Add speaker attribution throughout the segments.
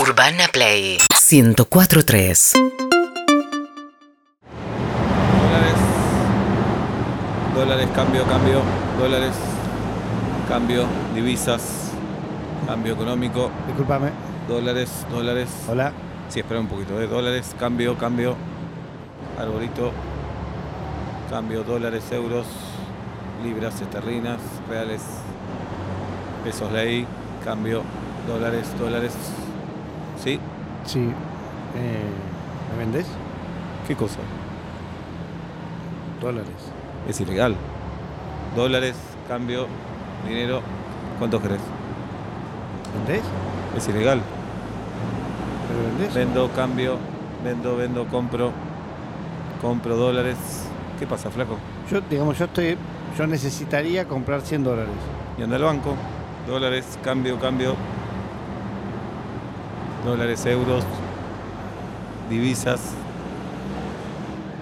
Speaker 1: Urbana Play 1043.
Speaker 2: Dólares. Dólares, cambio, cambio. Dólares. Cambio, divisas. Cambio económico.
Speaker 3: Disculpame.
Speaker 2: Dólares, dólares.
Speaker 3: Hola.
Speaker 2: Sí, espera un poquito. De dólares, cambio, cambio. Arbolito. Cambio, dólares, euros. Libras, esterlinas, reales. Pesos ley. Cambio, dólares, dólares. ¿Sí?
Speaker 3: Sí. Eh, ¿Me vendés?
Speaker 2: ¿Qué cosa?
Speaker 3: Dólares.
Speaker 2: Es ilegal. Dólares, cambio, dinero. ¿Cuánto querés?
Speaker 3: ¿Vendés?
Speaker 2: Es ilegal.
Speaker 3: ¿Pero vendés?
Speaker 2: Vendo, cambio, vendo, vendo, compro. Compro dólares. ¿Qué pasa, flaco?
Speaker 3: Yo, digamos, yo estoy. Yo necesitaría comprar 100 dólares.
Speaker 2: Y anda al banco. Dólares, cambio, cambio. Dólares, euros. Divisas.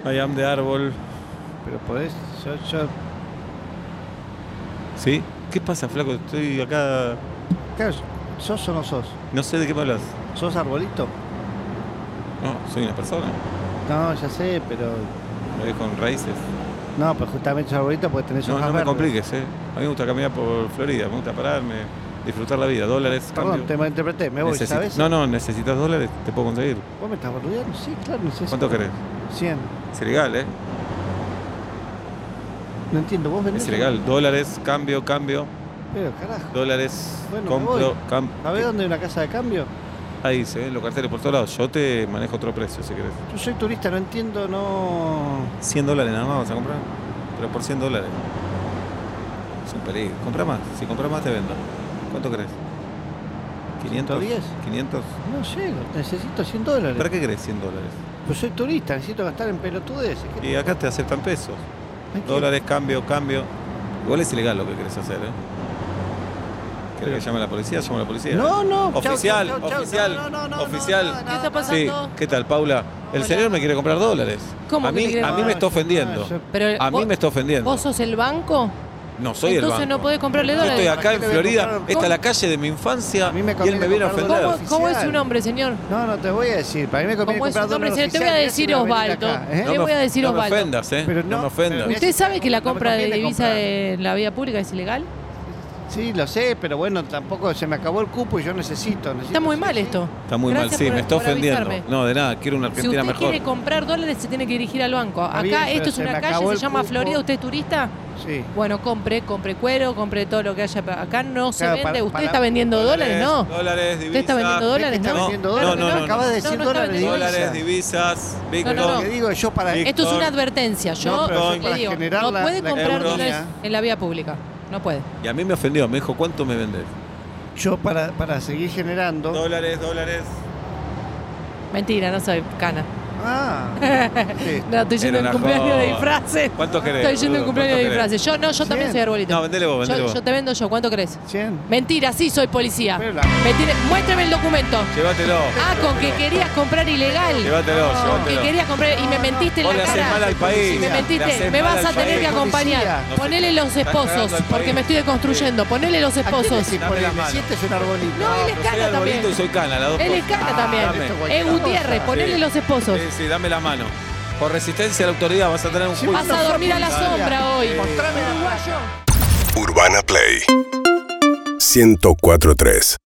Speaker 2: I am de árbol.
Speaker 3: Pero podés. Yo, yo-
Speaker 2: ¿Sí? ¿Qué pasa, flaco? Estoy acá.
Speaker 3: claro, ¿sos o no sos?
Speaker 2: No sé de qué me hablas.
Speaker 3: ¿Sos arbolito?
Speaker 2: No, soy una persona.
Speaker 3: No, ya sé, pero.
Speaker 2: Me dejo en raíces.
Speaker 3: No, pues justamente sos arbolito porque tenés
Speaker 2: No,
Speaker 3: hojas
Speaker 2: no me
Speaker 3: verdes.
Speaker 2: compliques, ¿eh? A mí me gusta caminar por Florida, me gusta pararme, disfrutar la vida. Dólares,
Speaker 3: Perdón,
Speaker 2: cambio.
Speaker 3: te malinterpreté, me voy,
Speaker 2: Necesi-
Speaker 3: ¿sabes?
Speaker 2: No, no, necesitas dólares, te puedo conseguir.
Speaker 3: ¿Vos me estás boludeando? Sí, claro, necesito.
Speaker 2: ¿Cuánto querés?
Speaker 3: 100.
Speaker 2: Es ilegal, ¿eh?
Speaker 3: No entiendo, ¿vos vendés?
Speaker 2: Es ilegal. Dólares, cambio, cambio.
Speaker 3: Pero carajo.
Speaker 2: Dólares,
Speaker 3: Bueno, me
Speaker 2: compro,
Speaker 3: voy. ¿Sabés
Speaker 2: cambio.
Speaker 3: dónde hay una casa de cambio?
Speaker 2: Ahí se ven los carteles por todos lados. Yo te manejo otro precio si querés.
Speaker 3: Yo soy turista, no entiendo, no.
Speaker 2: 100 dólares nada más vas a comprar. Pero por 100 dólares. Es un peligro. Compra más. Si compras más te vendo. ¿Cuánto querés? 500.
Speaker 3: 110.
Speaker 2: 500.
Speaker 3: No sé, necesito 100 dólares.
Speaker 2: ¿Para qué querés 100 dólares?
Speaker 3: Pues soy turista, necesito gastar en pelotudeces. ¿Qué-
Speaker 2: Y acá te aceptan pesos.
Speaker 3: hay que-
Speaker 2: Dólares, cambio, cambio. Igual es ilegal lo que querés hacer, ¿eh? ¿Querés que llame a la policía? Llamo a la policía.
Speaker 3: No,
Speaker 2: eh,
Speaker 3: no.
Speaker 2: Oficial,
Speaker 3: chau, chau, chau,
Speaker 2: oficial,
Speaker 3: no, no, no, no,
Speaker 2: oficial.
Speaker 3: no, no,
Speaker 4: ¿Qué está
Speaker 3: no,
Speaker 2: Sí,
Speaker 4: pasando?
Speaker 2: ¿qué tal, Paula? El
Speaker 4: Hola.
Speaker 2: señor me quiere comprar dólares.
Speaker 4: ¿Cómo
Speaker 2: a
Speaker 4: que te
Speaker 2: mí,
Speaker 4: quiere
Speaker 2: a mí
Speaker 4: comprar?
Speaker 2: me está ofendiendo.
Speaker 3: No, yo-
Speaker 4: Pero
Speaker 2: A mí
Speaker 4: vos-
Speaker 2: me está ofendiendo.
Speaker 4: ¿Vos sos el banco?
Speaker 2: No soy el
Speaker 4: Entonces
Speaker 2: banco.
Speaker 4: no podés comprarle
Speaker 2: Yo estoy
Speaker 4: dólares.
Speaker 2: acá
Speaker 3: ¿Para qué
Speaker 2: en
Speaker 3: le voy a
Speaker 2: Florida.
Speaker 3: comprar?
Speaker 2: Esta es la calle de mi infancia
Speaker 3: A mí me
Speaker 2: y
Speaker 3: conviene
Speaker 2: él me viene a
Speaker 3: comprar
Speaker 2: ofender.
Speaker 4: ¿Cómo,
Speaker 3: dólares.
Speaker 4: cómo es
Speaker 3: Oficial.
Speaker 4: su nombre, señor?
Speaker 3: No, no te voy a decir. Para mí me conviene
Speaker 4: ¿Cómo es
Speaker 3: comprar
Speaker 4: su nombre,
Speaker 3: dólares
Speaker 4: señor? Te voy a
Speaker 3: oficiales,
Speaker 4: decir
Speaker 3: me voy a venir
Speaker 4: Osvaldo.
Speaker 3: acá, ¿eh?
Speaker 4: Te voy a decir,
Speaker 2: no me
Speaker 4: Osvaldo.
Speaker 2: ofendas, ¿eh?
Speaker 3: Pero
Speaker 2: no,
Speaker 3: no,
Speaker 2: me ofendas.
Speaker 3: pero-
Speaker 4: ¿Usted sabe que la
Speaker 3: No me
Speaker 4: compra de
Speaker 3: conviene
Speaker 4: divisa
Speaker 3: comprar.
Speaker 4: de la vía pública es ilegal?
Speaker 3: Sí, lo sé, pero bueno, tampoco se me acabó el cupo y yo necesito. necesito
Speaker 4: Está muy
Speaker 3: sí,
Speaker 4: mal
Speaker 3: sí.
Speaker 4: esto.
Speaker 2: Está muy mal,
Speaker 4: Gracias
Speaker 2: sí,
Speaker 4: por-
Speaker 2: me está
Speaker 4: por
Speaker 2: ofendiendo.
Speaker 4: avisarme.
Speaker 2: No, de nada, quiero una
Speaker 4: Si
Speaker 2: Argentina
Speaker 4: usted
Speaker 2: mejor.
Speaker 4: quiere comprar dólares, se tiene que dirigir al banco. Acá,
Speaker 3: bien, pero
Speaker 4: esto es
Speaker 3: se me
Speaker 4: una
Speaker 3: acabó
Speaker 4: calle, se
Speaker 3: el
Speaker 4: llama
Speaker 3: cupo.
Speaker 4: Florida. ¿Usted es turista?
Speaker 3: Sí.
Speaker 4: Bueno, compre, compre cuero, compre todo lo que haya. pa- Acá no se
Speaker 3: Claro,
Speaker 4: vende.
Speaker 3: para-
Speaker 4: ¿Usted
Speaker 3: para-
Speaker 4: está vendiendo dólares? No.
Speaker 2: Dólares, divisas.
Speaker 4: ¿Usted está
Speaker 3: ¿Ves
Speaker 4: vendiendo
Speaker 3: que
Speaker 4: dólares?
Speaker 3: Este está
Speaker 4: No.
Speaker 3: vendiendo
Speaker 2: No,
Speaker 3: dólares?
Speaker 2: no, no, no.
Speaker 3: Acabas de decir
Speaker 4: No, no está
Speaker 3: dólares.
Speaker 4: vendiendo
Speaker 2: Dólares,
Speaker 3: divisa.
Speaker 2: divisas, Bitcoin.
Speaker 4: No, no,
Speaker 3: Lo
Speaker 4: no.
Speaker 3: que digo yo para...
Speaker 2: Sí.
Speaker 4: Esto es una
Speaker 2: Héctor.
Speaker 4: advertencia.
Speaker 3: No,
Speaker 4: Yo
Speaker 3: pero
Speaker 2: yo
Speaker 4: le
Speaker 3: para
Speaker 4: digo,
Speaker 3: generar
Speaker 4: no
Speaker 3: la-
Speaker 4: puede
Speaker 3: la
Speaker 4: comprar
Speaker 2: economía.
Speaker 4: dólares en la vía pública. No puede.
Speaker 2: Y a mí me ofendió, me dijo, ¿cuánto me vendés?
Speaker 3: Yo para, para seguir generando...
Speaker 2: Dólares, dólares.
Speaker 4: Mentira, no soy cana.
Speaker 3: Ah. sí.
Speaker 4: No, estoy
Speaker 2: Era
Speaker 4: yendo en
Speaker 2: una
Speaker 4: cumpleaños de
Speaker 2: joda.
Speaker 4: disfraces.
Speaker 2: ¿Cuánto querés?
Speaker 4: Ah, Estoy yendo en
Speaker 2: boludo?
Speaker 4: cumpleaños de
Speaker 2: ¿Cuánto querés?
Speaker 4: disfraces. Yo no, yo también
Speaker 3: Bien.
Speaker 4: soy arbolito.
Speaker 2: No, vendele vos, vendele
Speaker 4: yo,
Speaker 2: vos.
Speaker 4: yo te vendo yo, ¿cuánto crees?
Speaker 3: 100.
Speaker 4: Mentira, sí soy policía.
Speaker 3: Pero la-
Speaker 4: Me tiene- Muéstrame el documento.
Speaker 2: Llévatelo.
Speaker 4: Ah, con que querías comprar ilegal.
Speaker 2: Llévatelo,
Speaker 4: Con que
Speaker 2: llévatelo.
Speaker 4: querías comprar y me mentiste en
Speaker 2: Vos le
Speaker 4: la
Speaker 2: haces mal
Speaker 4: cara.
Speaker 2: al país.
Speaker 4: Y me
Speaker 3: Le
Speaker 4: mentiste,
Speaker 2: haces
Speaker 4: me
Speaker 2: mal
Speaker 4: vas a
Speaker 2: al
Speaker 4: tener
Speaker 2: país.
Speaker 4: que acompañar.
Speaker 3: Policía.
Speaker 2: No sé,
Speaker 4: Ponele los
Speaker 2: estás
Speaker 4: esposos,
Speaker 2: cagando al
Speaker 4: porque
Speaker 2: país.
Speaker 4: me estoy deconstruyendo. Ponele los
Speaker 3: ¿A quién
Speaker 4: esposos.
Speaker 3: decís
Speaker 2: Dame
Speaker 3: por
Speaker 2: la
Speaker 3: el
Speaker 2: mano.
Speaker 3: siete es un arbolito?
Speaker 4: No, él es
Speaker 2: Yo soy
Speaker 4: cana
Speaker 2: arbolito y
Speaker 4: también.
Speaker 2: soy cana, la dos
Speaker 4: Él es
Speaker 2: cosas.
Speaker 4: cana
Speaker 3: Ah,
Speaker 4: también.
Speaker 3: esto es
Speaker 4: Es
Speaker 3: cualquier
Speaker 4: Gutiérrez,
Speaker 3: cosa.
Speaker 4: ponele
Speaker 2: Sí.
Speaker 4: los esposos.
Speaker 2: Sí, sí, dame la mano. Por resistencia a la autoridad vas a tener un
Speaker 3: Sí,
Speaker 2: juicio.
Speaker 4: Vas a dormir a la sombra hoy.
Speaker 3: Mostrame la
Speaker 4: Uruguayo.
Speaker 5: Urbana Play 1043